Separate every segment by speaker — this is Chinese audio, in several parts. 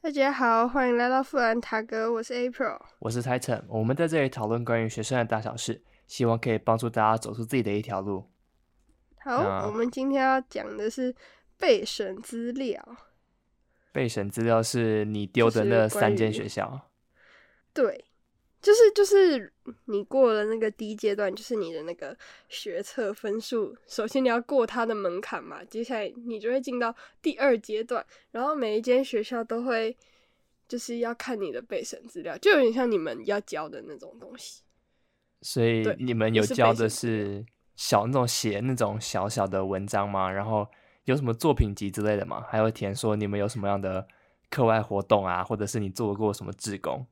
Speaker 1: 大家好，欢迎来到富兰塔格，我是 April。
Speaker 2: 我是 Titan，我们在这里讨论关于学生的大小事，希望可以帮助大家走出自己的一条路。
Speaker 1: 好，
Speaker 2: 那
Speaker 1: 我们今天要讲的是备审资料。
Speaker 2: 备审资料是你丢
Speaker 1: 就
Speaker 2: 的
Speaker 1: 是
Speaker 2: 那
Speaker 1: 关
Speaker 2: 三
Speaker 1: 于
Speaker 2: 间学校，
Speaker 1: 对，就是就是你过了那个第一阶段，就是你的那个学测分数，首先你要过它的门槛嘛，接下来你就会进到第二阶段，然后每一间学校都会就是要看你的备审资料，就有点像你们要交的那种东西。
Speaker 2: 所以
Speaker 1: 对
Speaker 2: 你们
Speaker 1: 也
Speaker 2: 有
Speaker 1: 是
Speaker 2: 教
Speaker 1: 备审
Speaker 2: 的
Speaker 1: 资料
Speaker 2: 是小那种写那种小小的文章吗？然后有什么作品集之类的吗？还有填说你们有什么样的课外活动啊，或者是你做过什么志工？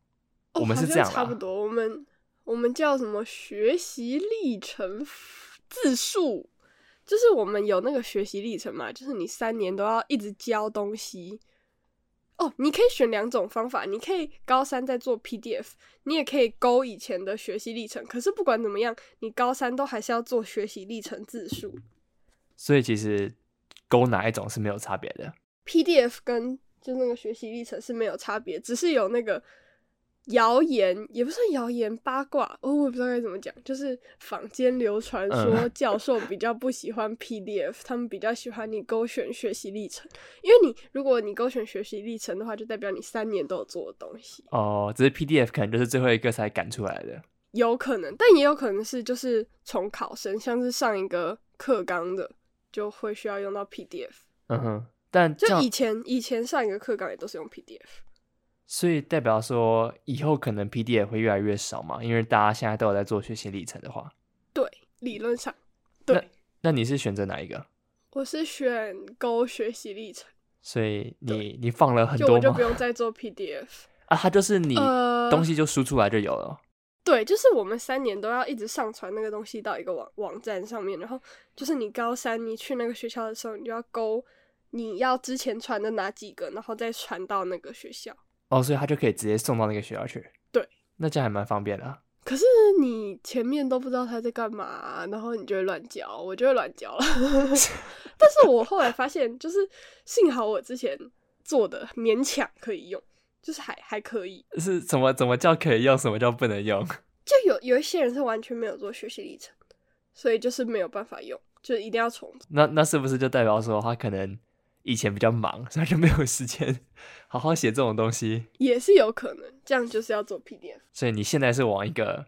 Speaker 1: 哦
Speaker 2: 我们
Speaker 1: 好
Speaker 2: 是这
Speaker 1: 像
Speaker 2: 样
Speaker 1: 差不
Speaker 2: 啦
Speaker 1: 多。我们我们叫什么学习历程自述，就是我们有那个学习历程嘛，就是你三年都要一直教东西。哦，你可以选两种方法，你可以高三再做 PDF，你也可以勾以前的学习历程。可是不管怎么样，你高三都还是要做学习历程自述。
Speaker 2: 所以其实勾哪一种是没有差别的。
Speaker 1: PDF 跟就那个学习历程是没有差别，只是有那个谣言，也不算谣言八卦哦，我也不知道该怎么讲，就是坊间流传 说
Speaker 2: 嗯
Speaker 1: 教授比较不喜欢 PDF，他们比较喜欢你勾选学习历程，因为你如果你勾选学习历程的话，就代表你三年都有做的东西，
Speaker 2: 哦、只是 PDF 可能就是最后一个才赶出来的。
Speaker 1: 有可能，但也有可能是就是重考生，像是上一个课纲的就会需要用到 PDF，
Speaker 2: 嗯哼，但这
Speaker 1: 就
Speaker 2: 样
Speaker 1: 以前以前上一个课纲也都是用 PDF。
Speaker 2: 所以代表说，以后可能 PDF 会越来越少嘛，因为大家现在都有在做学习历程的话，
Speaker 1: 对，理论上，对，
Speaker 2: 那你是选择哪一个？
Speaker 1: 我是选勾学习历程，
Speaker 2: 所以你你放了很
Speaker 1: 就我
Speaker 2: 多
Speaker 1: 就
Speaker 2: 吗
Speaker 1: 不？用再做 PDF。
Speaker 2: 啊，它就是 你
Speaker 1: 呃，
Speaker 2: 东西就输出来就有了。哦
Speaker 1: 对，就是我们三年都要一直上传那个东西到一个网网站上面，然后就是你高三你去那个学校的时候，你就要勾你要之前传的哪几个，然后再传到那个学校。
Speaker 2: 哦，所以它就可以直接送到那个学校去。
Speaker 1: 对，
Speaker 2: 那这样还蛮方便的啊、
Speaker 1: 可是你前面都不知道他在干嘛，啊然后你就会乱教，我就会乱教了。 但是我后来发现，就是幸好我之前做的勉强可以用，就是还还可以。
Speaker 2: 是怎么怎么叫可以用，什么叫不能用？
Speaker 1: 就有有一些人是完全没有做学习历程，所以就是没有办法用，就一定要重做。
Speaker 2: 那那是不是就代表说他可能以前比较忙，所以他就没有时间 好好写这种东西？
Speaker 1: 也是有可能。这样就是要做 PDF。
Speaker 2: 所以你现在是往一个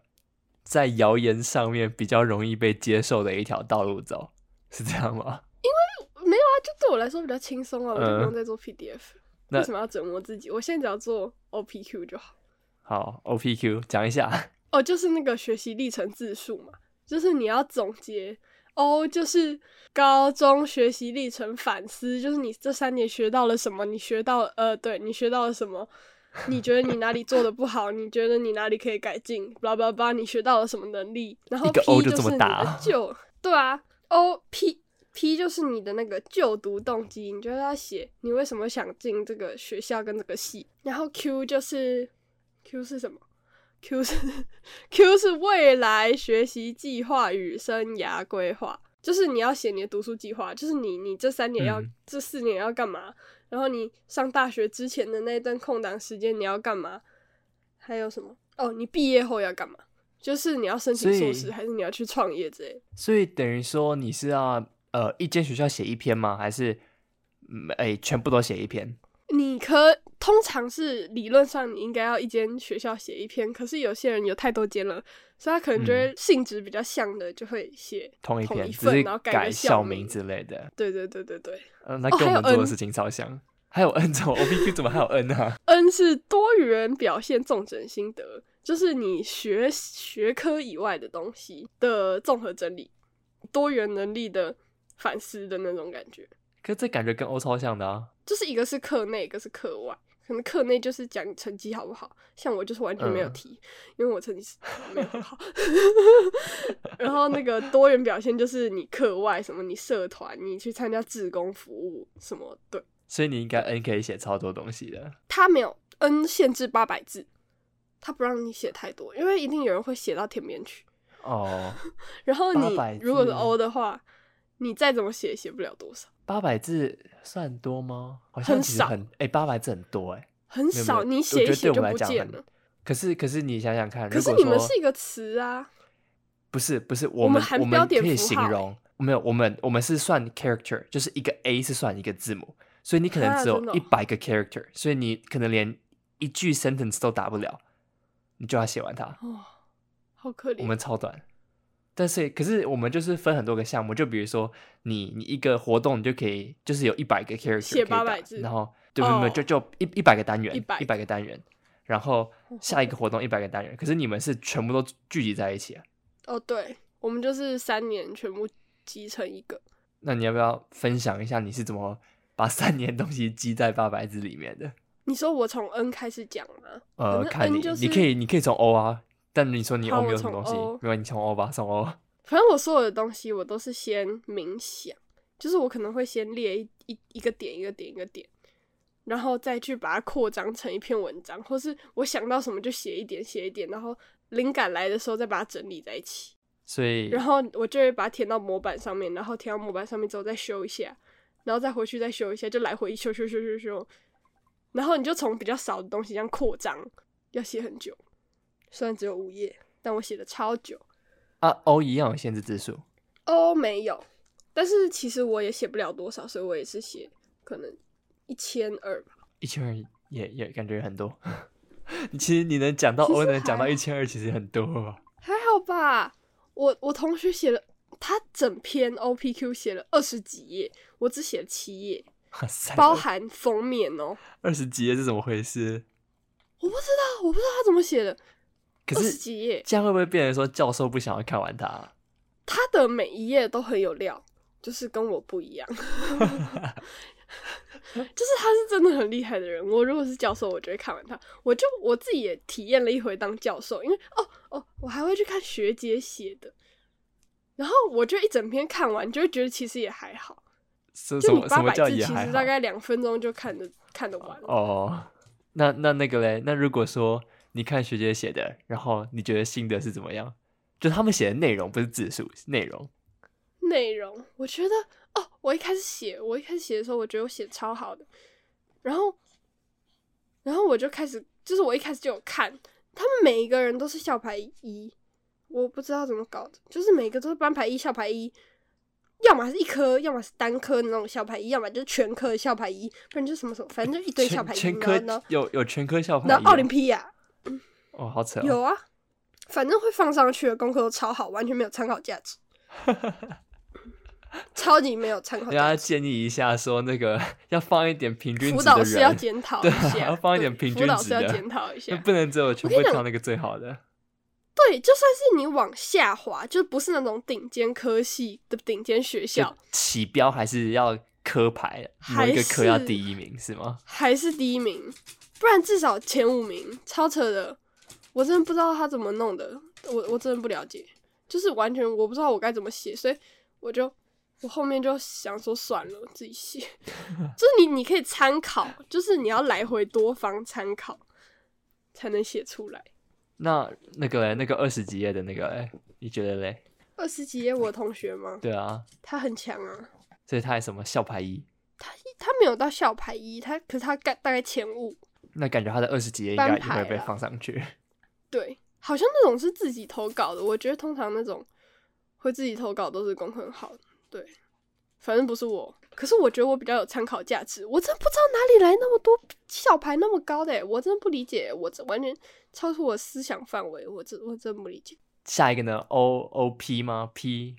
Speaker 2: 在谣言上面比较容易被接受的一条道路走，是这样吗？
Speaker 1: 没有啊，就对我来说比较轻松啊，我就不
Speaker 2: 嗯
Speaker 1: 用再做 PDF。
Speaker 2: 那
Speaker 1: 为什么要折磨自己？我现在只要做 OPQ 就好。
Speaker 2: 好，OPQ 讲一下，
Speaker 1: 哦，就是那个学习历程自述嘛，就是你要总结。O 就是高中学习历程反思，就是你这三年学到了什么？你学到呃，对你学到了什么？你觉得你哪里做的不好？你觉得你哪里可以改进？巴拉巴拉，你学到了什么能力？然后
Speaker 2: 一个
Speaker 1: P
Speaker 2: O
Speaker 1: 就
Speaker 2: 就
Speaker 1: 是
Speaker 2: 这么
Speaker 1: 你
Speaker 2: 大
Speaker 1: 的
Speaker 2: 啊
Speaker 1: 就对啊，O P P 就是你的那个就读动机，你就要写你为什么想进这个学校跟这个系。然后 Q 就是 Q 是什么？Q 是 Q 是未来学习计划与生涯规划，就是你要写你的读书计划，就是你你这三年要、
Speaker 2: 嗯
Speaker 1: 这四年要干嘛，然后你上大学之前的那一段空档时间你要干嘛，还有什么？哦，你毕业后要干嘛？就是你要申请
Speaker 2: 所
Speaker 1: 硕
Speaker 2: 以
Speaker 1: 士，还是你要去创业之类的？
Speaker 2: 所以等于说你是要呃一间学校写一篇吗？还是嗯哎、全部都写一篇？
Speaker 1: 你可通常是理论上你应该要一间学校写一篇，可是有些人有太多间了，所以他可能就会性质比较像的，就会写
Speaker 2: 嗯同一
Speaker 1: 同
Speaker 2: 篇，
Speaker 1: 一
Speaker 2: 只
Speaker 1: 份，
Speaker 2: 是
Speaker 1: 然后
Speaker 2: 改
Speaker 1: 个
Speaker 2: 校
Speaker 1: 名
Speaker 2: 名。之类的。
Speaker 1: 对对对对对
Speaker 2: 嗯、那
Speaker 1: 哦
Speaker 2: 跟
Speaker 1: 还有
Speaker 2: 我们做
Speaker 1: N
Speaker 2: 的事情超像。还有 N 怎么 OPQ 怎么还有 N 啊？
Speaker 1: ，N 是多元表现重整心得，就是你学学科以外的东西的综合整理，多元能力的反思的那种感觉。
Speaker 2: 可这感觉跟 O 超像的啊。
Speaker 1: 就是一个是课内，一个是课外。可能课内就是讲你成绩好不好，像我就是完全没有
Speaker 2: 嗯
Speaker 1: 提，因为我成绩是没有很好。 然后那个多元表现就是你课外什么，你社团，你去参加志工服务什么，对，
Speaker 2: 所以你应该 N 可以写超多东西的。
Speaker 1: 他没有 N 限制八百字，他不让你写太多，因为一定有人会写到天边去。
Speaker 2: 哦，
Speaker 1: 然后
Speaker 2: 800
Speaker 1: 你
Speaker 2: 字
Speaker 1: 如果是 O 的话，你再怎么写也写不了多少，
Speaker 2: 八百字算多吗？好像
Speaker 1: 很
Speaker 2: 其实
Speaker 1: 少
Speaker 2: 很哎，八百、字很多哎、
Speaker 1: 很
Speaker 2: 没有
Speaker 1: 少，
Speaker 2: 没有
Speaker 1: 你写
Speaker 2: 我觉
Speaker 1: 一
Speaker 2: 得
Speaker 1: 写
Speaker 2: 对
Speaker 1: 就
Speaker 2: 我们
Speaker 1: 不
Speaker 2: 来讲
Speaker 1: 见
Speaker 2: 很
Speaker 1: 了。
Speaker 2: 可是可是你想想看，
Speaker 1: 可
Speaker 2: 如
Speaker 1: 是
Speaker 2: 果
Speaker 1: 你们
Speaker 2: 说
Speaker 1: 是一个词啊，
Speaker 2: 不是不是，
Speaker 1: 我
Speaker 2: 我
Speaker 1: 们
Speaker 2: 们
Speaker 1: 含
Speaker 2: 我
Speaker 1: 标
Speaker 2: 们可
Speaker 1: 点
Speaker 2: 以
Speaker 1: 符
Speaker 2: 形
Speaker 1: 号欸
Speaker 2: 容，没有我们我们是算 character，就是一个 A 是算一个字母，所以你可能
Speaker 1: 啊
Speaker 2: 只有
Speaker 1: 真的哦
Speaker 2: 一百个 character，、所以你可能连一句 sentence 都打不了，你就要写完它。
Speaker 1: 哦，好可
Speaker 2: 我
Speaker 1: 怜。
Speaker 2: 们超短，但是可是我们就是分很多个项目，就比如说你你一个活动你就可以就是有一百个 character
Speaker 1: 写
Speaker 2: 可以打
Speaker 1: 800字
Speaker 2: 然后对不对？
Speaker 1: 哦
Speaker 2: 就就一一百个单元，
Speaker 1: 100
Speaker 2: 一百个单元，然后
Speaker 1: 哦
Speaker 2: 下一个活动一百个单元，可是你们是全部都聚集在一起啊。
Speaker 1: 哦，对，我们就是三年全部集成一个。
Speaker 2: 那你要不要分享一下你是怎么把三年东西积在八百字里面的？
Speaker 1: 你说我从 N 开始讲吗？
Speaker 2: 呃，
Speaker 1: 那
Speaker 2: 看
Speaker 1: N
Speaker 2: 你，
Speaker 1: 就是
Speaker 2: 你可以，你可以从 O 啊，但你说你
Speaker 1: 好
Speaker 2: O 没
Speaker 1: 我
Speaker 2: 有什么
Speaker 1: 从
Speaker 2: 东西
Speaker 1: O，
Speaker 2: 没关系，你从 O 吧，从 O。
Speaker 1: 反正我所有的东西我都是先冥想，就是我可能会先列一一一个点一个点一个点，然后再去把它扩张成一篇文章，或是我想到什么就写一点写一点，然后灵感来的时候再把它整理在一起。
Speaker 2: 所以
Speaker 1: 然后我就会把它填到模板上面，然后填到模板上面之后再修一下，然后再回去再修一下，就来回修修修修修，然后你就从比较少的东西这样扩张，要写很久。虽然只有五页，但我写的超久。
Speaker 2: 啊，O 一样有限制字数，
Speaker 1: 哦，没有，但是其实我也写不了多少，所以我也是写可能一千二吧。
Speaker 2: 一千二也也感觉很多。 你其实你能讲到
Speaker 1: 其实
Speaker 2: O 能讲到
Speaker 1: 还好
Speaker 2: 一千二，其实很多啊。
Speaker 1: 还好吧。我我同学写了，他整篇 OPQ 写了二十几页，我只写了七页，
Speaker 2: 哇塞，
Speaker 1: 包含封面哦。
Speaker 2: 二十几页是怎么回事？
Speaker 1: 我不知道，我不知道他怎么写的，
Speaker 2: 可
Speaker 1: 二十
Speaker 2: 是
Speaker 1: 几页，
Speaker 2: 这样会不会变成说教授不想要看完它啊？
Speaker 1: 他的每一页都很有料，就是跟我不 一样，就是他是真的很厉害的人。我如果是教授，我就会看完他，我就我自己也体验了一回当教授，因为哦哦，我还会去看学姐写的，然后我就一整篇看完，就会觉得其实也还好，
Speaker 2: 什什
Speaker 1: 就你
Speaker 2: 么什
Speaker 1: 八
Speaker 2: 么
Speaker 1: 百
Speaker 2: 叫
Speaker 1: 字其
Speaker 2: 也还
Speaker 1: 实
Speaker 2: 好
Speaker 1: 大？概两分钟就看得看得完。
Speaker 2: 哦，那那那个嘞？那如果说你看学姐写的，然后你觉得新的是怎么样？就他们写的内容，不是字数，是内容。
Speaker 1: 内容，我觉得哦，我一开始写，我一开始写的时候，我觉得我写得超好的，然后，然后我就开始，就是我一开始就有看，他们每一个人都是校排一，我不知道怎么搞的，就是每个都是班排一、校排一，要么是一科，要么是单科的那种校排一，要么就是全科的校排一，不然就是什么什么，反正就一堆校
Speaker 2: 全
Speaker 1: 排一，
Speaker 2: 全
Speaker 1: 然后呢
Speaker 2: 科，有有全科校排一
Speaker 1: 然
Speaker 2: 啊，
Speaker 1: 后奥林匹亚，
Speaker 2: 哦，好扯、哦。
Speaker 1: 有啊，反正会放上去的功课都超好，完全没有参考价 值，超级没有参考
Speaker 2: 大家
Speaker 1: 价值。
Speaker 2: 建议一下，说那个 要放一点平均
Speaker 1: 辅
Speaker 2: 啊值的
Speaker 1: 导
Speaker 2: 人，
Speaker 1: 是要检讨一
Speaker 2: 对
Speaker 1: 下，
Speaker 2: 要 放一点
Speaker 1: 对
Speaker 2: 平
Speaker 1: 辅
Speaker 2: 均
Speaker 1: 导
Speaker 2: 值
Speaker 1: 是要
Speaker 2: 的
Speaker 1: 检讨一
Speaker 2: 那
Speaker 1: 下。
Speaker 2: 不能只有全
Speaker 1: 跟
Speaker 2: 部
Speaker 1: 你讲
Speaker 2: 挑那个最好的。
Speaker 1: 对，就算是你往下滑，就不是那种顶尖科系的顶尖学
Speaker 2: 就
Speaker 1: 校，
Speaker 2: 起标还是要科排，某
Speaker 1: 还
Speaker 2: 一个科要
Speaker 1: 是
Speaker 2: 第一名是吗？
Speaker 1: 还是第一名，不然至少前五名，超扯的。我真的不知道他怎么弄的，我我真的不了解，就是完全我不知道我该怎么写，所以我就我后面就想说算了，自己写。就是你你可以参考，就是你要来回多方参考才能写出来。
Speaker 2: 那那个嘞那个二十几页的那个嘞，你觉得嘞？
Speaker 1: 二十几页我同学吗？
Speaker 2: 对啊，
Speaker 1: 他很强啊，
Speaker 2: 所以他还什么校排一？
Speaker 1: 他没有到校排一，他可是他大大概前五，
Speaker 2: 那感觉他的二十几页应
Speaker 1: 翻
Speaker 2: 该也会
Speaker 1: 牌啊
Speaker 2: 被
Speaker 1: 啦
Speaker 2: 放上去。
Speaker 1: 对，好像那种是自己投稿的，我觉得通常那种会自己投稿都是功课很好的，对，反正不是我，可是我觉得我比较有参考价值，我真不知道哪里来那么多校排那么高的欸，我真的不理解，我这完全超出我思想范围，我真我真不理解。
Speaker 2: 下一个呢？O O P 吗？P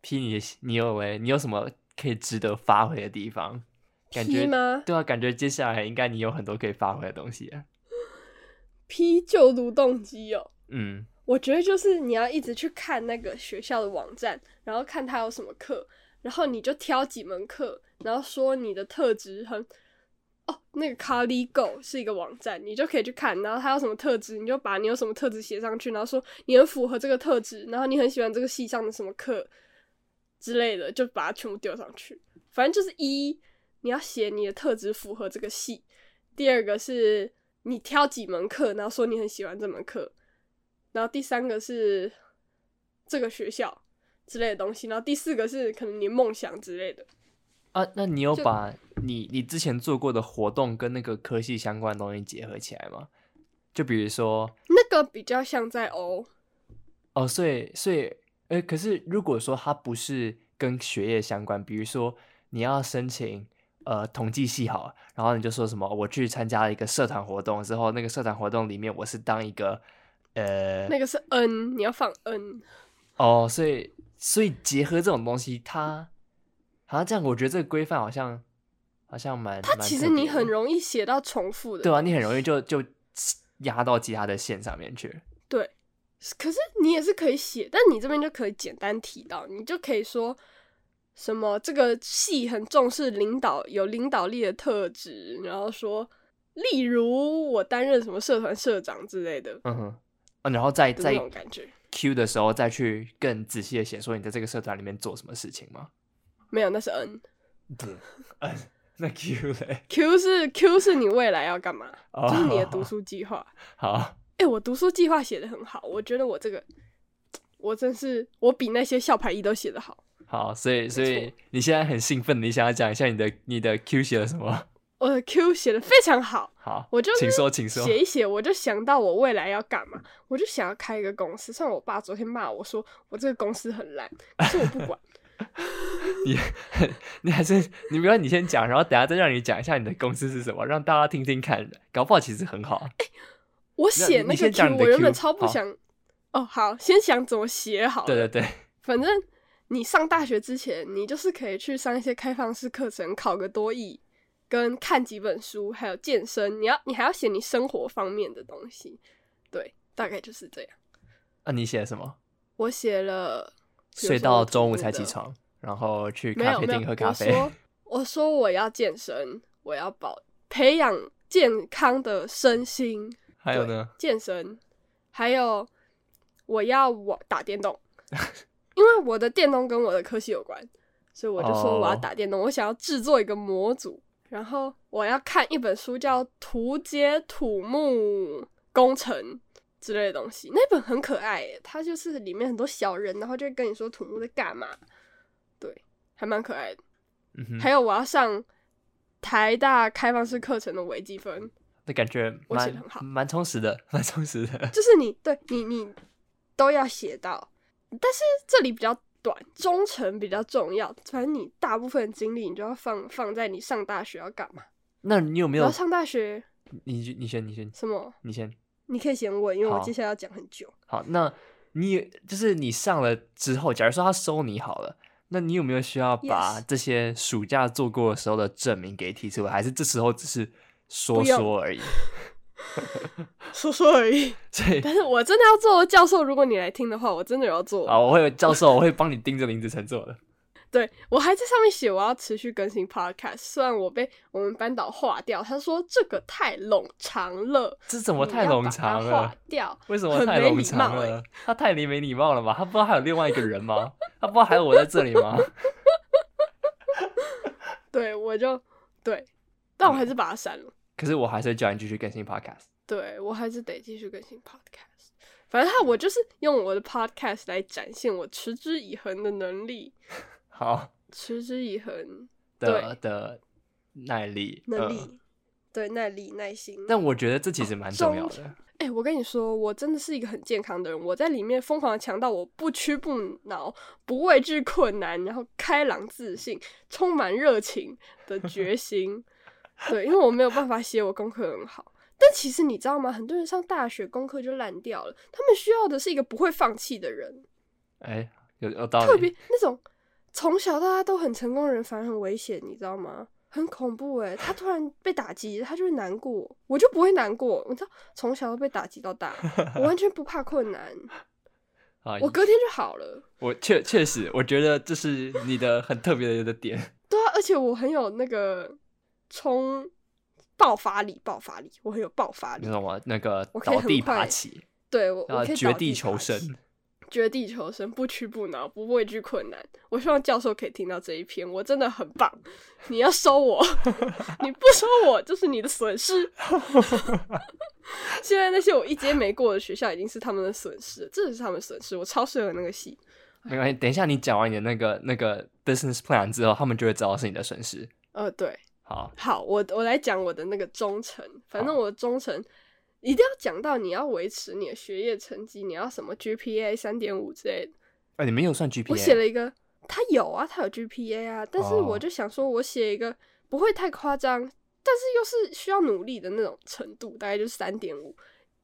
Speaker 2: P 你你有诶，你有什么可以值得发挥的地方？感
Speaker 1: P
Speaker 2: 觉
Speaker 1: 吗
Speaker 2: 对啊，感觉接下来应该你有很多可以发挥的东西啊。
Speaker 1: ？P 就读动机哦，
Speaker 2: 嗯，
Speaker 1: 我觉得就是你要一直去看那个学校的网站，然后看它有什么课，然后你就挑几门课，然后说你的特质很。哦，那个 Caligo 是一个网站，你就可以去看，然后它有什么特质，你就把你有什么特质写上去，然后说你很符合这个特质，然后你很喜欢这个系上的什么课之类的，就把它全部丢上去。反正就是一，你要写你的特质符合这个系；第二个是你挑几门课，然后说你很喜欢这门课；然后第三个是这个学校之类的东西；然后第四个是可能你梦想之类的。
Speaker 2: 啊，那你有
Speaker 1: 就
Speaker 2: 把你你之前做过的活动跟那个科系相关的东西结合起来吗？就比如说，
Speaker 1: 那个比较像在欧，
Speaker 2: 哦，所以所以，呃，可是如果说它不是跟学业相关，比如说你要申请呃统计系好了，然后你就说什么我去参加了一个社团活动之后，那个社团活动里面我是当一个呃
Speaker 1: 那个是 N，你要放 N，
Speaker 2: 哦，所以所以结合这种东西，它好像这样，我觉得这个规范好像好像蛮它
Speaker 1: 其实你很容易写到重复的。
Speaker 2: 对啊，你很容易就就压到其他的线上面去。
Speaker 1: 可是你也是可以写，但你这边就可以简单提到，你就可以说什么这个戏很重视领导有领导力的特质，然后说例如我担任什么社团社长之类的的
Speaker 2: 嗯哼，啊、然后再
Speaker 1: 那
Speaker 2: 再
Speaker 1: 种感觉。
Speaker 2: Q 的时候再去更仔细的写说你在这个社团里面做什么事情吗？
Speaker 1: 没有，那是 N
Speaker 2: 不， 嗯，那 Q 嘞？
Speaker 1: Q 是 Q 是你未来要干嘛，
Speaker 2: 哦
Speaker 1: 就是你的读书计划。
Speaker 2: 好，
Speaker 1: 哎、我读书计划写的很好，我觉得我这个我真是我比那些校牌一都写的好。
Speaker 2: 好，所以所
Speaker 1: 没
Speaker 2: 以你现在很兴奋，你想要讲一下你的你的 Q 写了什么？
Speaker 1: 我的 Q 写的非常好，
Speaker 2: 好，
Speaker 1: 我就是
Speaker 2: 请说，请说。
Speaker 1: 写一写，我就想到我未来要干嘛，我就想要开一个公司。虽然我爸昨天骂我说我这个公司很烂，可是我不 管。
Speaker 2: 你你还是你不要你先讲，然后等下再让你讲一下你的公司是什么，让大家听听看，搞不好其实很好。啊
Speaker 1: 哎我写
Speaker 2: 你
Speaker 1: 那个
Speaker 2: 先讲
Speaker 1: Q，
Speaker 2: 你的
Speaker 1: 我原本
Speaker 2: Q，
Speaker 1: 超不
Speaker 2: 好
Speaker 1: 想。哦，好，先想怎么写好了。
Speaker 2: 对对对，
Speaker 1: 反正你上大学之前，你就是可以去上一些开放式课程，考个多艺，跟看几本书，还有健身。你要你还要写你生活方面的东西，对，大概就是这样。
Speaker 2: 啊，你写了什么？
Speaker 1: 我写了，比如
Speaker 2: 睡
Speaker 1: 说
Speaker 2: 到
Speaker 1: 我
Speaker 2: 中午
Speaker 1: 徒
Speaker 2: 才
Speaker 1: 步
Speaker 2: 起
Speaker 1: 的
Speaker 2: 床，然后去
Speaker 1: 没
Speaker 2: 咖
Speaker 1: 有
Speaker 2: 啡
Speaker 1: 没有
Speaker 2: 厅，喝咖啡
Speaker 1: 我。说我说我要健身，我要保培养健康的身心，
Speaker 2: 还有呢？
Speaker 1: 健身，还有我要我打电 动，因为我的电动跟我的科系有关，所以我就说我要
Speaker 2: 哦
Speaker 1: 打电动我想要制作一个模组，然后我要看一本书叫《图解土木工程》。之类的东西，那本很可爱耶，它就是里面很多小人，然后就会跟你说土木在干嘛，对，还蛮可爱的。
Speaker 2: 嗯哼，
Speaker 1: 还有我要上台大开放式课程的微积分，
Speaker 2: 那感觉
Speaker 1: 我写得
Speaker 2: 蛮
Speaker 1: 很好
Speaker 2: 蛮充实的，蛮充实的。
Speaker 1: 就是你对你你都要写到，但是这里比较短，忠诚比较重要。反正你大部分精力你就要放放在你上大学要干嘛。
Speaker 2: 那你有没
Speaker 1: 然
Speaker 2: 有
Speaker 1: 后？上大学
Speaker 2: 你你先，你先，
Speaker 1: 什么？
Speaker 2: 你先。
Speaker 1: 你可以先问，因为我
Speaker 2: 好
Speaker 1: 接下来要讲很久。
Speaker 2: 好，那你就是你上了之后，假如说他收你好了，那你有没有需要把
Speaker 1: Yes
Speaker 2: 这些暑假做过的时候的证明给提出来？还是这时候只是说
Speaker 1: 不用
Speaker 2: 说而已？
Speaker 1: 说说而已。
Speaker 2: 所以
Speaker 1: 但是我真的要做教授，如果你来听的话，我真的有要做。
Speaker 2: 啊，我会教授，我会帮你盯着林子成做的。
Speaker 1: 对我还在上面写我要持续更新 podcast，虽然我被我们班导划掉，他说这个太冗长了，
Speaker 2: 这怎么
Speaker 1: 你嗯
Speaker 2: 太
Speaker 1: 要
Speaker 2: 冗
Speaker 1: 把它
Speaker 2: 长
Speaker 1: 划
Speaker 2: 了？
Speaker 1: 掉，
Speaker 2: 为什么
Speaker 1: 很
Speaker 2: 太
Speaker 1: 没
Speaker 2: 冗
Speaker 1: 礼
Speaker 2: 长
Speaker 1: 貌欸
Speaker 2: 了？他太没没礼貌了吧？他不知道还有另外一个人吗？ 他不知道还有我在这里吗？
Speaker 1: 对我就对，但我还是
Speaker 2: 嗯
Speaker 1: 把它删了。
Speaker 2: 可是我还是会叫你继续更新 podcast。
Speaker 1: 对我还是得继续更新 podcast。反正他我就是用我的 podcast 来展现我持之以恒的能力，
Speaker 2: 好
Speaker 1: 持之以恒
Speaker 2: 的的耐力
Speaker 1: 能力，
Speaker 2: 嗯
Speaker 1: 对耐力耐心。
Speaker 2: 但我觉得这其实蛮重要
Speaker 1: 忠
Speaker 2: 的。
Speaker 1: 哎、我跟你说，我真的是一个很健康的人。我在里面疯狂的强调，我不屈不挠，不畏惧困难，然后开朗自信，充满热情的决心。对，因为我没有办法写我功课很好。但其实你知道吗？很多人上大学功课就烂掉了，他们需要的是一个不会放弃的人。
Speaker 2: 哎，有有道
Speaker 1: 特别
Speaker 2: 理。
Speaker 1: 那种从小到大都很成功的人，反而很危险，你知道吗？很恐怖诶、他突然被打击，他就会难过，我就不会难过。你知道，从小都被打击到大，我完全不怕困难，
Speaker 2: 啊，
Speaker 1: 我隔天就好了。
Speaker 2: 我确确实，我觉得这是你的很特别 的点。
Speaker 1: 对啊，而且我很有那个冲爆发力，爆发力，我很有爆发
Speaker 2: 你
Speaker 1: 力
Speaker 2: 知。道吗？那个
Speaker 1: 我可以
Speaker 2: 倒地
Speaker 1: 很快
Speaker 2: 爬起，
Speaker 1: 对我，
Speaker 2: 啊，
Speaker 1: 我可以倒
Speaker 2: 绝地求
Speaker 1: 爬起
Speaker 2: 生。
Speaker 1: 绝地求生，不屈不挠，不畏惧困难。我希望教授可以听到这一篇，我真的很棒。 你要收我， 你不收我就是你的损失。 现在那些我一阶没过的学校已经是他们的损失了，这是他们的损失。我超适合那个系，
Speaker 2: 没关系，等一下你讲完你的那个那个 business plan 之后，他们就会知道是你的损失。
Speaker 1: 呃，对，
Speaker 2: 好，
Speaker 1: 好，我我来讲我的那个忠诚，反正
Speaker 2: 好
Speaker 1: 我的忠诚一定要讲到你要维持你的学业成绩，你要什么 GPA 三点五之类的。
Speaker 2: 哎、你没有算 GPA，
Speaker 1: 我写了一个，他有啊，他有 GPA 啊，但是
Speaker 2: 哦
Speaker 1: 我就想说，我写一个不会太夸张，但是又是需要努力的那种程度，大概就是三点五。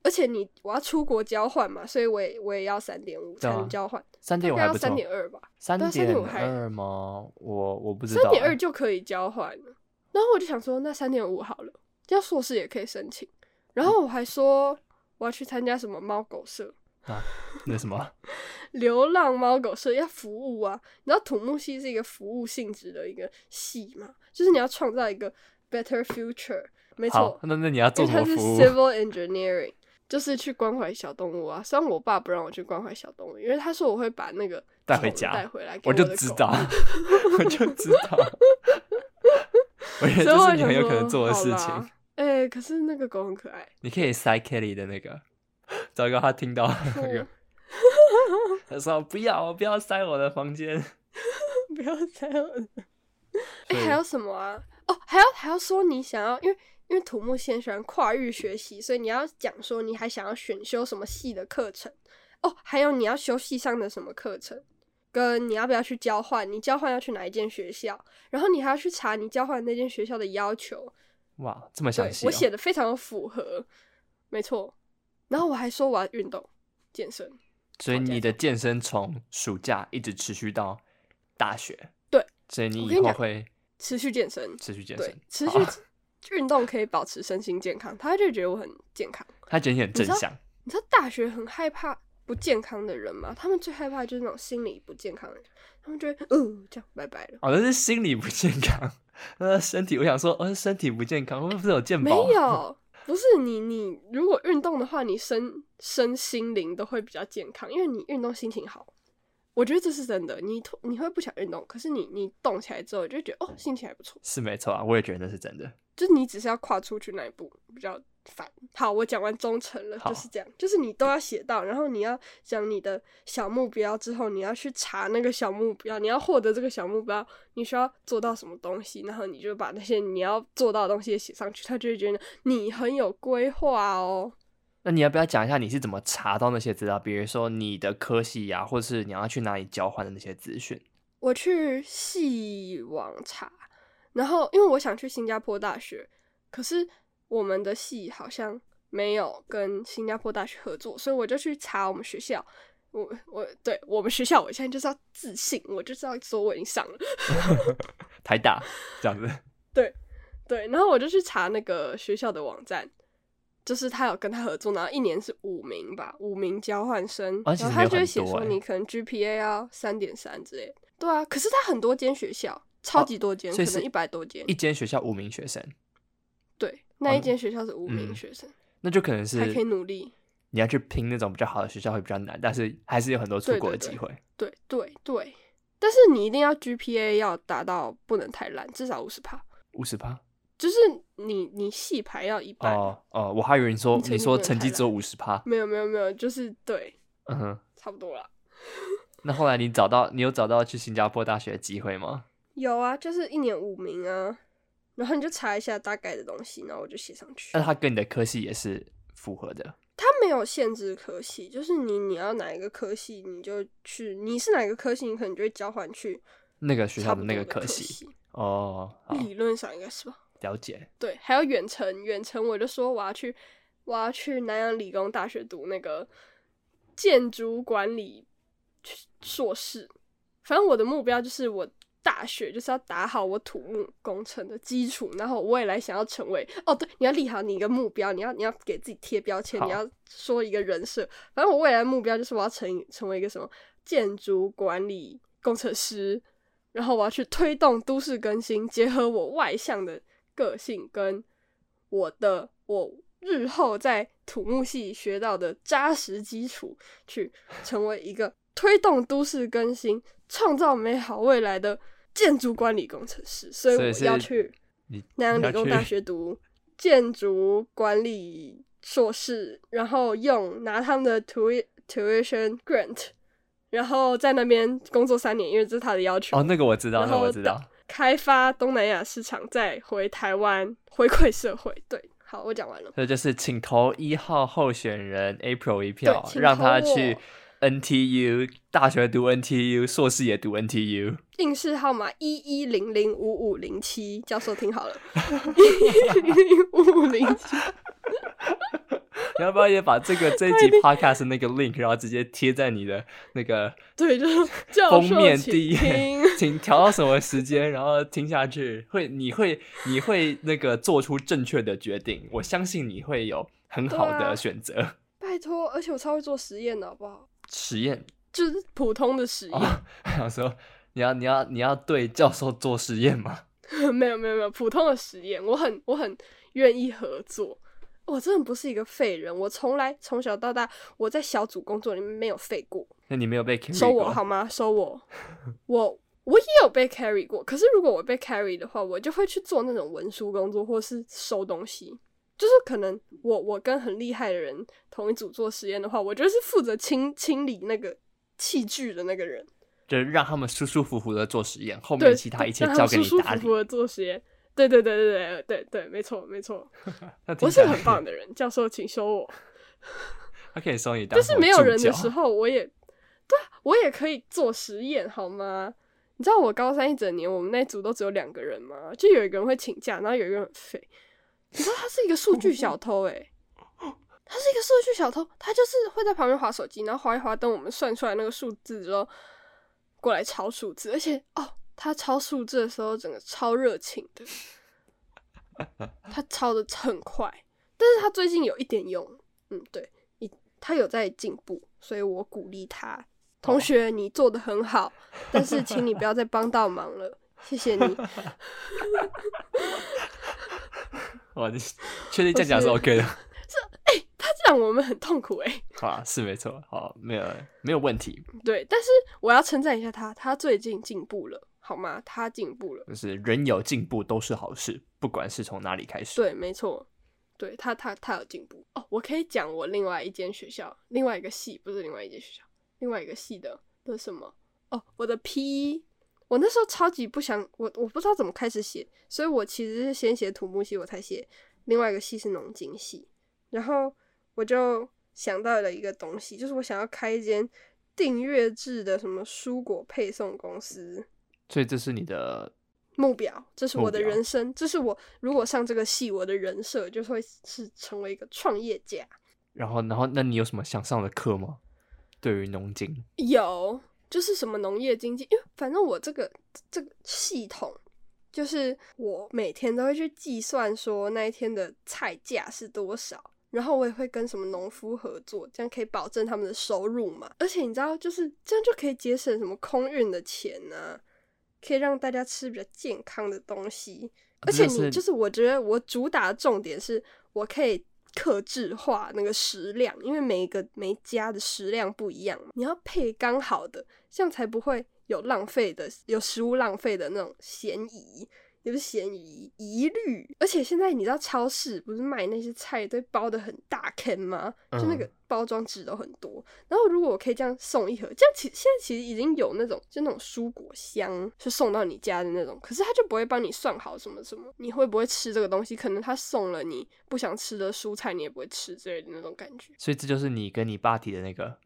Speaker 1: 而且你我要出国交换嘛，所以我也我也要三点五才
Speaker 2: 对啊
Speaker 1: 能交换，
Speaker 2: 三
Speaker 1: 大
Speaker 2: 点五
Speaker 1: 概
Speaker 2: 还
Speaker 1: 要
Speaker 2: 不错，
Speaker 1: 三点二吧，
Speaker 2: 三
Speaker 1: 对啊
Speaker 2: 点
Speaker 1: 3.5还
Speaker 2: 二吗？我我不知道、
Speaker 1: 三点二
Speaker 2: 哎
Speaker 1: 就可以交换了。然后我就想说，那三点五好了，这样硕士也可以申请。然后我还说我要去参加什么猫狗社、
Speaker 2: 那什么，
Speaker 1: 流浪猫狗社，要服务啊。你知道土木系是一个服务性质的一个系嘛，就是你要创造一个 better future。没
Speaker 2: 好
Speaker 1: 错，，
Speaker 2: 那那你要
Speaker 1: 因
Speaker 2: 做
Speaker 1: 为
Speaker 2: 什
Speaker 1: 它
Speaker 2: 么
Speaker 1: 是
Speaker 2: 服务？
Speaker 1: civil engineering，就是去关怀小动物啊。虽然我爸不让我去关怀小动物，因为他说我会把那个
Speaker 2: 带回
Speaker 1: 虫
Speaker 2: 家
Speaker 1: 带回来给
Speaker 2: 我
Speaker 1: 的
Speaker 2: 就
Speaker 1: 狗
Speaker 2: 知 道，我就知道，我觉得
Speaker 1: 所以我也
Speaker 2: 这是你
Speaker 1: 想
Speaker 2: 很有可
Speaker 1: 说
Speaker 2: 能做的
Speaker 1: 好
Speaker 2: 事
Speaker 1: 啦
Speaker 2: 情。
Speaker 1: 哎、可是那个狗很可爱。
Speaker 2: 你可以塞 Kelly 的那个，糟糕，他听到 那个
Speaker 1: 嗯，
Speaker 2: 他说不要不要塞我的房
Speaker 1: 哎
Speaker 2: 间。
Speaker 1: 不要再问。哎、
Speaker 2: 所以
Speaker 1: 还有什么啊？哦，还要还要说你想要，因为因为土木系很喜欢跨域学习，所以你要讲说你还想要选修什么系的课程。哦，还有你要修系上的什么课程，跟你要不要去交换，你交换要去哪一间学校，然后你还要去查你交换那间学校的要求。
Speaker 2: 哇，这么
Speaker 1: 对
Speaker 2: 详细、哦，
Speaker 1: 我写的非常符合，没错。然后我还说我要运动健身，
Speaker 2: 所以
Speaker 1: 好加
Speaker 2: 你的健身从暑假一直持续到大学。
Speaker 1: 对，
Speaker 2: 所以你
Speaker 1: 我
Speaker 2: 以
Speaker 1: 跟你
Speaker 2: 后
Speaker 1: 讲
Speaker 2: 会
Speaker 1: 持续健身，
Speaker 2: 持续健
Speaker 1: 对
Speaker 2: 身，，
Speaker 1: 持
Speaker 2: 好
Speaker 1: 续运动可以保持身心健康，他就觉得我很健康。
Speaker 2: 他觉得你很正
Speaker 1: 知道
Speaker 2: 向，
Speaker 1: 你知道大学很害怕不健康的人吗？他们最害怕就是那种心理不健康的人，他们就会嗯这样拜拜了。
Speaker 2: 哦，那是心理不健康。那身体，我想说，哦，身体不健康，我们不是有健
Speaker 1: 没
Speaker 2: 保？，啊
Speaker 1: 有，不是你你如果运动的话，你身身心灵都会比较健康，因为你运动心情好。我觉得这是真的，你突你会不想运动，可是你你动起来之后，你就会觉得哦心情还不错。
Speaker 2: 是没错啊，我也觉得那是真的。
Speaker 1: 就是你只是要跨出去那一步比较烦。好，我讲完忠诚了，
Speaker 2: 好
Speaker 1: 就是这样，就是你都要写到，然后你要讲你的小目标之后，你要去查那个小目标，你要获得这个小目标，你需要做到什么东西，然后你就把那些你要做到的东西也写上去，他就会觉得你很有规划哦。
Speaker 2: 那你要不要讲一下你是怎么查到那些资料？比如说你的科系呀、或是你要去哪里交换的那些资讯？
Speaker 1: 我去系网查，然后因为我想去新加坡大学，可是我们的系好像没有跟新加坡大学合作，所以我就去查我们学校。我我对我们学校，我现在就是要自信，我就知道说我已经上了。
Speaker 2: 台大这样子，
Speaker 1: 对，然后我就去查那个学校的网站，就是他有跟他合作，然后一年是五名吧，五名交换生，
Speaker 2: 啊
Speaker 1: 然
Speaker 2: 其
Speaker 1: 后
Speaker 2: 实
Speaker 1: 他
Speaker 2: 没有
Speaker 1: 就会
Speaker 2: 很
Speaker 1: 写
Speaker 2: 多
Speaker 1: 说
Speaker 2: 欸
Speaker 1: 你可能 GPA 要三点三之类的。对啊，可是他很多间学校，超级多间，
Speaker 2: 哦 所
Speaker 1: 可
Speaker 2: 以是
Speaker 1: 能一百多间
Speaker 2: 一。间学校五名学生，
Speaker 1: 对，那一
Speaker 2: 嗯
Speaker 1: 间学校是五名
Speaker 2: 嗯
Speaker 1: 学生，
Speaker 2: 那就可能是
Speaker 1: 还可以努力。
Speaker 2: 你要去拼那种比较好的学校会比较难，但是还是有很多出
Speaker 1: 对
Speaker 2: 国的
Speaker 1: 对
Speaker 2: 机
Speaker 1: 对
Speaker 2: 会。
Speaker 1: 对对对，但是你一定要 GPA 要达到不能太烂，至少五十趴，
Speaker 2: 五十趴
Speaker 1: 就是你你系排要一半。
Speaker 2: 哦哦，我还以为你说
Speaker 1: 你成绩
Speaker 2: 你说
Speaker 1: 不能
Speaker 2: 成绩
Speaker 1: 太
Speaker 2: 只有
Speaker 1: 烂
Speaker 2: 五十趴，
Speaker 1: 没有没有没有，就是对，
Speaker 2: 嗯哼。
Speaker 1: 差不多啦。
Speaker 2: 那后来你找到你有找到去新加坡大学的机会吗？
Speaker 1: 有啊，就是一年五名啊，然后你就查一下大概的东西，然后我就写上去
Speaker 2: 那。它跟你的科系也是符合的。
Speaker 1: 它没有限制科系，就是你你要哪一个科系你就去，你是哪个科系，你可能就会交换去
Speaker 2: 那个学
Speaker 1: 差
Speaker 2: 校
Speaker 1: 不
Speaker 2: 那
Speaker 1: 多
Speaker 2: 个
Speaker 1: 的科嗯
Speaker 2: 科系。哦，好
Speaker 1: 理论上应该是吧。
Speaker 2: 了解。
Speaker 1: 对，还有远程，远程我就说我要去，我要去南洋理工大学读那个建筑管理硕士。反正我的目标就是我大学就是要打好我土木工程的基础，然后我未来想要成为哦，对，你要立好你一个目标，你要你要给自己贴标签，
Speaker 2: 好
Speaker 1: 你要说一个人设。反正我未来的目标就是我要成成为一个什么建筑管理工程师，然后我要去推动都市更新，结合我外向的个性跟我的我日后在土木系学到的扎实基础，去成为一个推动都市更新、创造美好未来的建筑管理工程师。所以
Speaker 2: 所以
Speaker 1: 我
Speaker 2: 是
Speaker 1: 要去
Speaker 2: 你
Speaker 1: 南洋
Speaker 2: 你要
Speaker 1: 理工大
Speaker 2: 去
Speaker 1: 学读建筑管理硕士，然后用拿他们的 tui- tuition grant，然后在那边工作三年，因为这是他的要求。
Speaker 2: 哦，那个我知道，
Speaker 1: 然
Speaker 2: 那
Speaker 1: 后
Speaker 2: 我知道
Speaker 1: 到。开发东南亚市场，再回台湾回馈社会。对，好，我讲完了。
Speaker 2: 这就是请投一号候选人 April 一票
Speaker 1: 对，请
Speaker 2: 让他
Speaker 1: 投我
Speaker 2: 去 NTU 大学读 NTU，硕士也读 NTU。
Speaker 1: 应试号码一一零零五五零七，教授听 好了，一零五五零七。
Speaker 2: 你要不要也把这个 这一集 podcast 的那个 link，然后直接贴在你的那个
Speaker 1: 对， 就是 教授
Speaker 2: 封面
Speaker 1: 请
Speaker 2: 第一页
Speaker 1: 听，
Speaker 2: 请调到什么时间，然后听下去，会你会你会那个做出正确的决定，我相信你会有很好
Speaker 1: 对
Speaker 2: 的
Speaker 1: 啊
Speaker 2: 选择。
Speaker 1: 拜托，而且我超会做实验的好不好？
Speaker 2: 实验
Speaker 1: 就是普通的实验，
Speaker 2: 啊，还想说你要你要你要对教授做实验吗？
Speaker 1: 没有没有没有普通的实验，我很我很愿意合作。我真的不是一个废人，我从来从小到大，我在小组工作里面没有废过。
Speaker 2: 那你没有被 carry
Speaker 1: 收我
Speaker 2: 过
Speaker 1: 好吗？收我，我我也有被 carry 过，可是如果我被 carry 的话，我就会去做那种文书工作或是收东西。就是可能我我跟很厉害的人同一组做实验的话，我就是负责清清理那个器具的那个人，
Speaker 2: 就是让他们舒舒服服的做实验，后
Speaker 1: 对，
Speaker 2: 面其他一切
Speaker 1: 让
Speaker 2: 交
Speaker 1: 们
Speaker 2: 给你
Speaker 1: 舒舒
Speaker 2: 打
Speaker 1: 服
Speaker 2: 理
Speaker 1: 服。的做实验。对对对对对对对，没错没错，
Speaker 2: 那
Speaker 1: 我
Speaker 2: 听起
Speaker 1: 是
Speaker 2: 来
Speaker 1: 很棒，的 人，教授请收我。
Speaker 2: 他可以 收你当
Speaker 1: 但是没有人的
Speaker 2: 候。
Speaker 1: 时候，我也对啊，我也可以做实验，好吗？你知道我高三一整年，我们那组都只有两个人吗？就有一个人会请假，然后有一个人很废。你知道他是一个数据小偷诶、他是一个数据小偷，他就是会在旁边划手机，然后划一划，等我们算出来那个数字之后，过来抄数字，而且哦，他抄数字的时候，整个超热情的，他抄的很快，但是他最近有一点用，嗯，对，一他有在进步，所以我鼓励他，同 学你做的很好，但是请你不要再帮倒忙了，谢谢你。
Speaker 2: 哦，你确定这样讲是
Speaker 1: 我
Speaker 2: OK 的？
Speaker 1: 他这样我们很痛苦欸诶、
Speaker 2: 好啊，是没错，好，没有没有问题，
Speaker 1: 对，但是我要称赞一下他，他最近进步了，好吗？他进步了，
Speaker 2: 就是人有进步都是好事，不管是从哪里开始。
Speaker 1: 对，没错，对他他他有进步哦。我可以讲我另外一间学校，另外一个系不是另外一间学校，另外一个系的的什么哦，我的 P。我那时候超级不想，我我不知道怎么开始写，所以我其实是先写土木系，我才写另外一个系是农经系。然后我就想到了一个东西，就是我想要开一间订阅制的什么蔬果配送公司
Speaker 2: 所以这是你的，
Speaker 1: 目标，这是
Speaker 2: 目
Speaker 1: 我的
Speaker 2: 标
Speaker 1: 人生，这是我如果上这个系，我的人设就会是成为一个创业家。
Speaker 2: 然后然后那你有什么想上的课吗？对于农经，
Speaker 1: 有，就是什么农业经济，因为反正我这个这个系统，就是我每天都会去计算说那一天的菜价是多少，然后我也会跟什么农夫合作，这样可以保证他们的收入嘛。而且你知道，就是这样就可以节省什么空运的钱呢、可以让大家吃比较健康的东西。而且
Speaker 2: 这
Speaker 1: 你
Speaker 2: 是
Speaker 1: 就是，我觉得我主打的重点是我可以克制化那个食量，因为每一个每一家的食量不一样嘛，你要配刚好的，这样才不会有浪费的，有食物浪费的那种嫌疑，也不是嫌疑疑虑。而且现在你知道超市不是卖那些菜都包的很大坑吗？就那个
Speaker 2: 嗯
Speaker 1: 包装纸都很多，然后如果我可以这样送一盒，这样其现在其实已经有那种就那种蔬果箱是送到你家的那种，可是他就不会帮你算好什么什么，你会不会吃这个东西？可能他送了你不想吃的蔬菜，你也不会吃之类的那种感觉。
Speaker 2: 所以这就是你跟你爸提的那个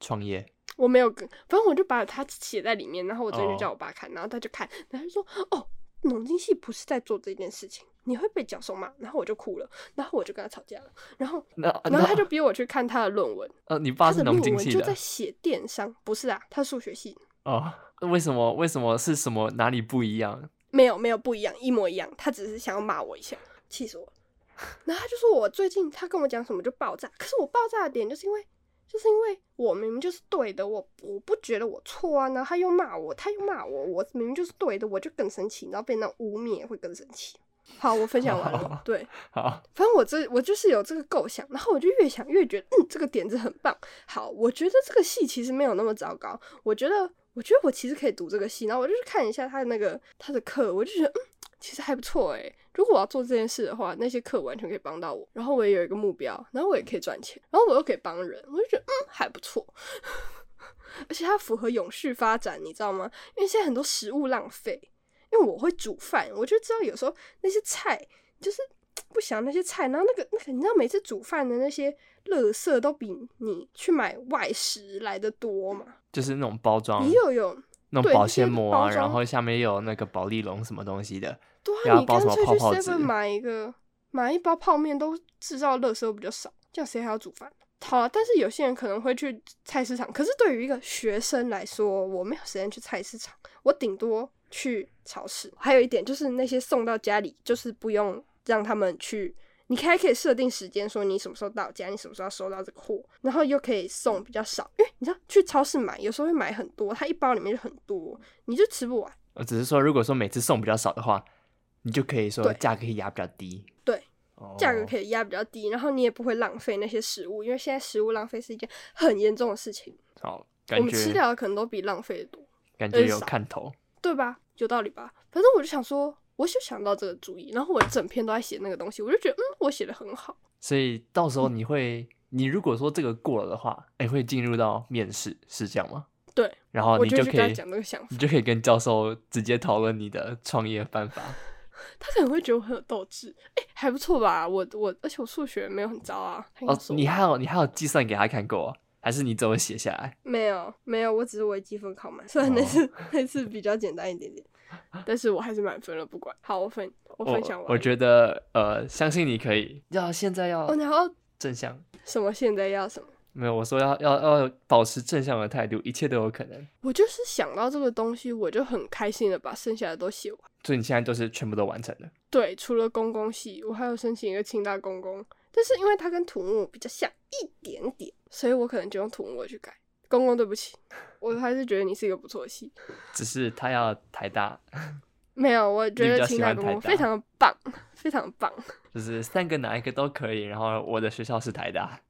Speaker 2: 创业。
Speaker 1: 我没有跟，反正我就把它写在里面，然后我昨天
Speaker 2: 哦
Speaker 1: 就叫我爸看，然后他就看，然后他就说：“哦，农经系不是在做这件事情，你会被教授骂。”然后我就哭了，然后我就跟他吵架了，然后
Speaker 2: 那
Speaker 1: 然
Speaker 2: 啊那
Speaker 1: 后他就逼我去看他的论文，
Speaker 2: 呃，你
Speaker 1: 他
Speaker 2: 爸是
Speaker 1: 的
Speaker 2: 农
Speaker 1: 论
Speaker 2: 经
Speaker 1: 文
Speaker 2: 系
Speaker 1: 就在
Speaker 2: 的
Speaker 1: 写电商，不是啊，他是数学系的。
Speaker 2: 哦？为什么为什么是什么哪里不一样？
Speaker 1: 没有没有不一样，一模一样。他只是想要骂我一下，气死我了。然后他就说我最近他跟我讲什么就爆炸，可是我爆炸的点就是因为就是因为我明明就是对的，我我不觉得我错啊，然后他又骂我，他又骂我，我明明就是对的，我就更生气，然后被那种污蔑会更生气。好，我分享完了，对。
Speaker 2: 好，
Speaker 1: 反正我这我就是有这个构想，然后我就越想越觉得，嗯，这个点子很棒。好，我觉得这个戏其实没有那么糟糕，我觉得我觉得我其实可以读这个戏，然后我就去看一下他的那个他的课，我就觉得嗯，其实还不错诶。如果我要做这件事的话，那些课完全可以帮到我，然后我也有一个目标，然后我也可以赚钱，然后我又可以帮人，我就觉得嗯还不错。 而且它符合永续发展，你知道吗？因为现在很多食物浪费，因为我会煮饭，我就知道有时候那些菜就是不想那些菜，然后那个那个你知道每次煮饭的那些垃圾都比你去买外食来的多嘛？
Speaker 2: 就是那种包装
Speaker 1: 你，又有
Speaker 2: 那种
Speaker 1: 对
Speaker 2: 保
Speaker 1: 就是
Speaker 2: 鲜膜啊，
Speaker 1: 包装
Speaker 2: 然后下面又有那个保丽龙什么东西的，
Speaker 1: 对
Speaker 2: 要
Speaker 1: 啊，你
Speaker 2: 包
Speaker 1: 干
Speaker 2: 什么
Speaker 1: 脆
Speaker 2: 泡
Speaker 1: 去
Speaker 2: 泡纸
Speaker 1: seven 买一个买一包泡面，都制造垃圾都比较少，这样谁还要煮饭？好啊了，但是有些人可能会去菜市场，可是对于一个学生来说，我没有时间去菜市场，我顶多去超市。还有一点就是那些送到家里，就是不用让他们去，你还可以设定时间，说你什么时候到家，你什么时候要收到这个货，然后又可以送比较少，因为你知道去超市买，有时候会买很多，它一包里面就很多，你就吃不完。
Speaker 2: 我呃只是说，如果说每次送比较少的话，你就可以说
Speaker 1: 对
Speaker 2: 价格可以压比较低。
Speaker 1: 对
Speaker 2: 哦，
Speaker 1: 价格可以压比较低，然后你也不会浪费那些食物，因为现在食物浪费是一件很严重的事情。
Speaker 2: 好，
Speaker 1: 我
Speaker 2: 感
Speaker 1: 们吃
Speaker 2: 觉
Speaker 1: 掉的可能都比浪费的多，
Speaker 2: 感觉
Speaker 1: 很
Speaker 2: 有
Speaker 1: 少
Speaker 2: 看头。
Speaker 1: 对吧？有道理吧？反正我就想说，我就想到这个主意，然后我整篇都在写那个东西，我就觉得嗯，我写的很好。
Speaker 2: 所以到时候你会，你如果说这个过了的话，你会进入到面试，是这样吗？
Speaker 1: 对，
Speaker 2: 然后
Speaker 1: 我
Speaker 2: 你
Speaker 1: 就去
Speaker 2: 可
Speaker 1: 跟他
Speaker 2: 以，
Speaker 1: 讲这个想法，
Speaker 2: 你就可以跟教授直接讨论你的创业办法。
Speaker 1: 他可能会觉得我很有斗志，哎、还不错吧？我我而且我数学没有很糟啊，他应该
Speaker 2: 哦，
Speaker 1: 说
Speaker 2: 你还有你还有计算给他看过哦，还是你只有写下来？
Speaker 1: 没有没有，我只是微积分考满，虽然那次、
Speaker 2: 哦
Speaker 1: 那次比较简单一点点，但是我还是满分了，不管。好，我分我分享完
Speaker 2: 我觉得呃，相信你可以。要现在要
Speaker 1: 哦，然后
Speaker 2: 正向，
Speaker 1: 什么现在要什么？
Speaker 2: 没有我说要要要保持正向的态度，一切都有可能。
Speaker 1: 我就是想到这个东西，我就很开心的把剩下的都写完。
Speaker 2: 所以你现在都是全部都完成了。
Speaker 1: 对，除了公公系，我还有申请一个清大公公，但是因为它跟土木比较像一点点，所以我可能就用土木去改。公公，对不起，我还是觉得你是一个不错的系。
Speaker 2: 只是他要台大，
Speaker 1: 没有，我觉
Speaker 2: 你比较
Speaker 1: 得
Speaker 2: 喜
Speaker 1: 清
Speaker 2: 欢
Speaker 1: 大公公
Speaker 2: 台大
Speaker 1: 非常的棒，非常棒。
Speaker 2: 就是三个哪一个都可以。然后我的学校是 台大，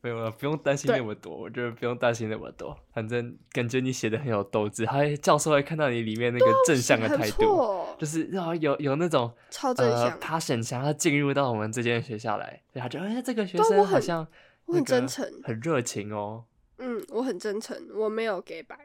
Speaker 2: 没有了，不用担心
Speaker 1: 对
Speaker 2: 那么多，我觉得不用担心那么多。反正感觉你写的很有斗志，还教授会看到你里面那
Speaker 1: 啊
Speaker 2: 个正向的
Speaker 1: 很
Speaker 2: 态
Speaker 1: 不
Speaker 2: 度，
Speaker 1: 错哦，
Speaker 2: 就是然后有有那种
Speaker 1: 超正
Speaker 2: 呃
Speaker 1: 向，
Speaker 2: passion 想要进入到我们这间学校来，所以他就哎、这个学
Speaker 1: 对啊
Speaker 2: 生
Speaker 1: 我
Speaker 2: 好
Speaker 1: 很
Speaker 2: 像
Speaker 1: 我
Speaker 2: 那
Speaker 1: 很真
Speaker 2: 个
Speaker 1: 诚
Speaker 2: 很热情哦。
Speaker 1: 嗯，我很真诚，我没有给白，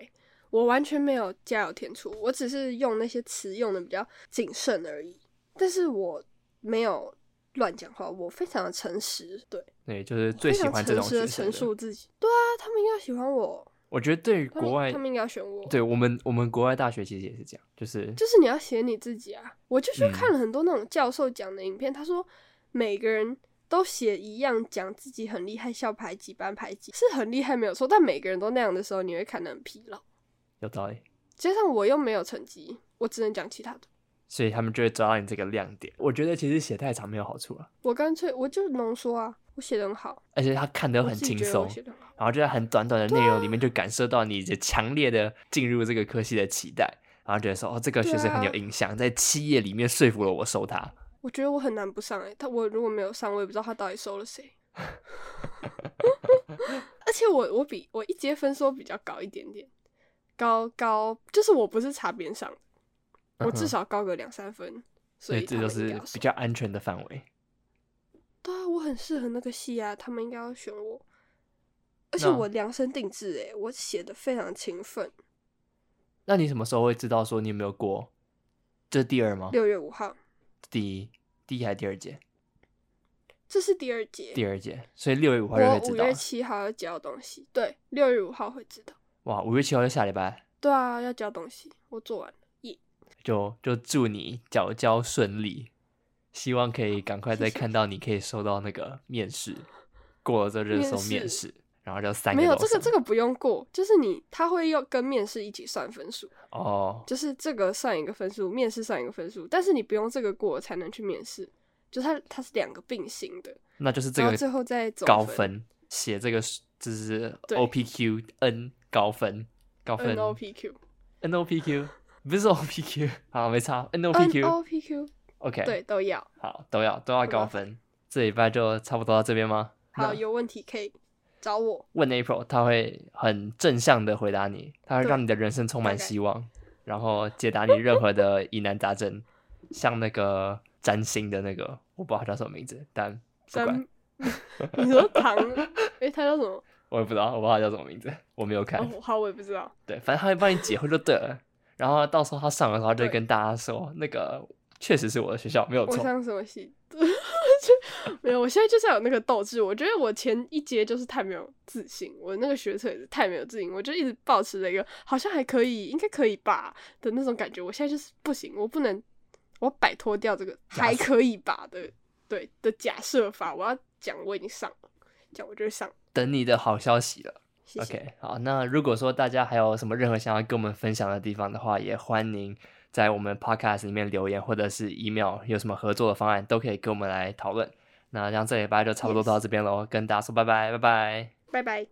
Speaker 1: 我完全没有加油添醋，我只是用那些词用的比较谨慎而已。但是我没有乱讲话，我非常的诚实，对，
Speaker 2: 对，就是最
Speaker 1: 非
Speaker 2: 喜
Speaker 1: 常
Speaker 2: 欢这
Speaker 1: 诚
Speaker 2: 种
Speaker 1: 实
Speaker 2: 学
Speaker 1: 的
Speaker 2: 生
Speaker 1: 陈
Speaker 2: 的。
Speaker 1: 述自己。对啊，他们应该喜欢我，
Speaker 2: 我觉得对于
Speaker 1: 他们
Speaker 2: 国外
Speaker 1: 他，们应该选我。
Speaker 2: 对我们我们国外大学其实也是这样，就是
Speaker 1: 就是你要写你自己啊。我就去
Speaker 2: 嗯
Speaker 1: 看了很多那种教授讲的影片，他说每个人都写一样，讲自己很厉害，校排挤、班排挤是很厉害没有错，但每个人都那样的时候，你会看得很疲劳。
Speaker 2: 有道理，
Speaker 1: 加上我又没有成绩，我只能讲其他的。
Speaker 2: 所以他们就会抓到你这个亮点。我觉得其实写太长没有好处啊，
Speaker 1: 我干脆我就浓缩啊，我写的很好，
Speaker 2: 而且他看得
Speaker 1: 我
Speaker 2: 很
Speaker 1: 自己
Speaker 2: 轻
Speaker 1: 觉得我
Speaker 2: 松，
Speaker 1: 写的啊很好。
Speaker 2: 然后就在很短短的内容里面就感受到你的强烈的进入这个科系的期待，然后觉得说哦，这个学生很有
Speaker 1: 对啊
Speaker 2: 影响，在七页里面说服了我收他。
Speaker 1: 我觉得我很难不上哎、他我如果没有上，我也不知道他到底收了谁。 而且我我比我一阶分数比较高一点点，高高就是我不是擦边上的，我
Speaker 2: 嗯哼
Speaker 1: 至少高个两三分，所
Speaker 2: 所
Speaker 1: 以
Speaker 2: 以
Speaker 1: 他
Speaker 2: 这
Speaker 1: 们
Speaker 2: 就
Speaker 1: 应该
Speaker 2: 是
Speaker 1: 要收
Speaker 2: 比较安全的范围。
Speaker 1: 对啊，我很适合那个戏啊，他们应该要选我。而且
Speaker 2: 那
Speaker 1: 我量身定制哎、我写的非常勤奋。
Speaker 2: 那你什么时候会知道说你有没有过？这是第二吗？
Speaker 1: 六月五号，
Speaker 2: 第一，第一还是第二节？
Speaker 1: 这是第二节，
Speaker 2: 第二节，所以六月五号就会
Speaker 1: 我
Speaker 2: 知
Speaker 1: 五
Speaker 2: 道啊
Speaker 1: 月
Speaker 2: 了。
Speaker 1: 七号要交东西，对，六月五号会知道。
Speaker 2: 哇，五月七号就下礼拜，
Speaker 1: 对啊，要交东西，我做完了，
Speaker 2: 就就祝你缴交顺利，希望可以赶快
Speaker 1: 谢
Speaker 2: 再
Speaker 1: 谢
Speaker 2: 看到你可以收到那个面试，过了之后就是
Speaker 1: 面
Speaker 2: 收面
Speaker 1: 试
Speaker 2: 试，然后就三个
Speaker 1: 没有这
Speaker 2: 都
Speaker 1: 个
Speaker 2: 上
Speaker 1: 这个不用过，就是你他会要跟面试一起算分数，
Speaker 2: 哦，
Speaker 1: 就是这个算一个分数，面试算一个分数，但是你不用这个过才能去面试，就它它是两个并行的，
Speaker 2: 那就是这
Speaker 1: 然后
Speaker 2: 个
Speaker 1: 最后再总
Speaker 2: 高
Speaker 1: 分
Speaker 2: 分写这个是就是
Speaker 1: 对
Speaker 2: OPQ N 高分高哦分
Speaker 1: N O P Q
Speaker 2: N O P Q 不是 O P Q 好没差 N O P
Speaker 1: N
Speaker 2: Q
Speaker 1: O P Q
Speaker 2: OK
Speaker 1: 对都要，
Speaker 2: 好都要都要
Speaker 1: 很麻
Speaker 2: 高分，这礼拜就差不多到这边吗？
Speaker 1: 好
Speaker 2: 那
Speaker 1: 有问题可以找我，
Speaker 2: 问 April，他会很正向的回答你，他会
Speaker 1: 对
Speaker 2: 让你的人生充满
Speaker 1: 大概
Speaker 2: 希望，然后解答你任何的疑难杂症，像那个占星的那 个，我不知道他叫什么名字，但不管
Speaker 1: 咱你说唐，诶，他叫什么？
Speaker 2: 我也不知道，我不知道它叫什么名字，我没有 看。
Speaker 1: 哦，好，我也不知道。
Speaker 2: 对，反正他会帮你解惑就对了。然后到时候他上的时候，他就会
Speaker 1: 对
Speaker 2: 跟大家说，那个确实是我的学校，没有
Speaker 1: 我
Speaker 2: 错。
Speaker 1: 上什么戏？ 就没有，我现在就是要有那个斗志。我觉得我前一节就是太没有自信，我那个学测也是太没有自信，我就一直保持着一个好像还可以，应该可以吧的那种感觉。我现在就是不行，我不能，我摆脱掉这个
Speaker 2: 设
Speaker 1: 还可以吧的对的假设法。我要讲我已经上了，讲我就会上。
Speaker 2: 等你的好消息了。
Speaker 1: 谢谢
Speaker 2: OK，好，那如果说大家还有什么任何想要跟我们分享的地方的话，也欢迎在我们 Podcast 里面留言，或者是 email，有什么合作的方案都可以跟我们来讨论。那像这礼拜就差不多
Speaker 1: Yes
Speaker 2: 到这边喽跟大家说拜拜，拜拜。
Speaker 1: 拜拜。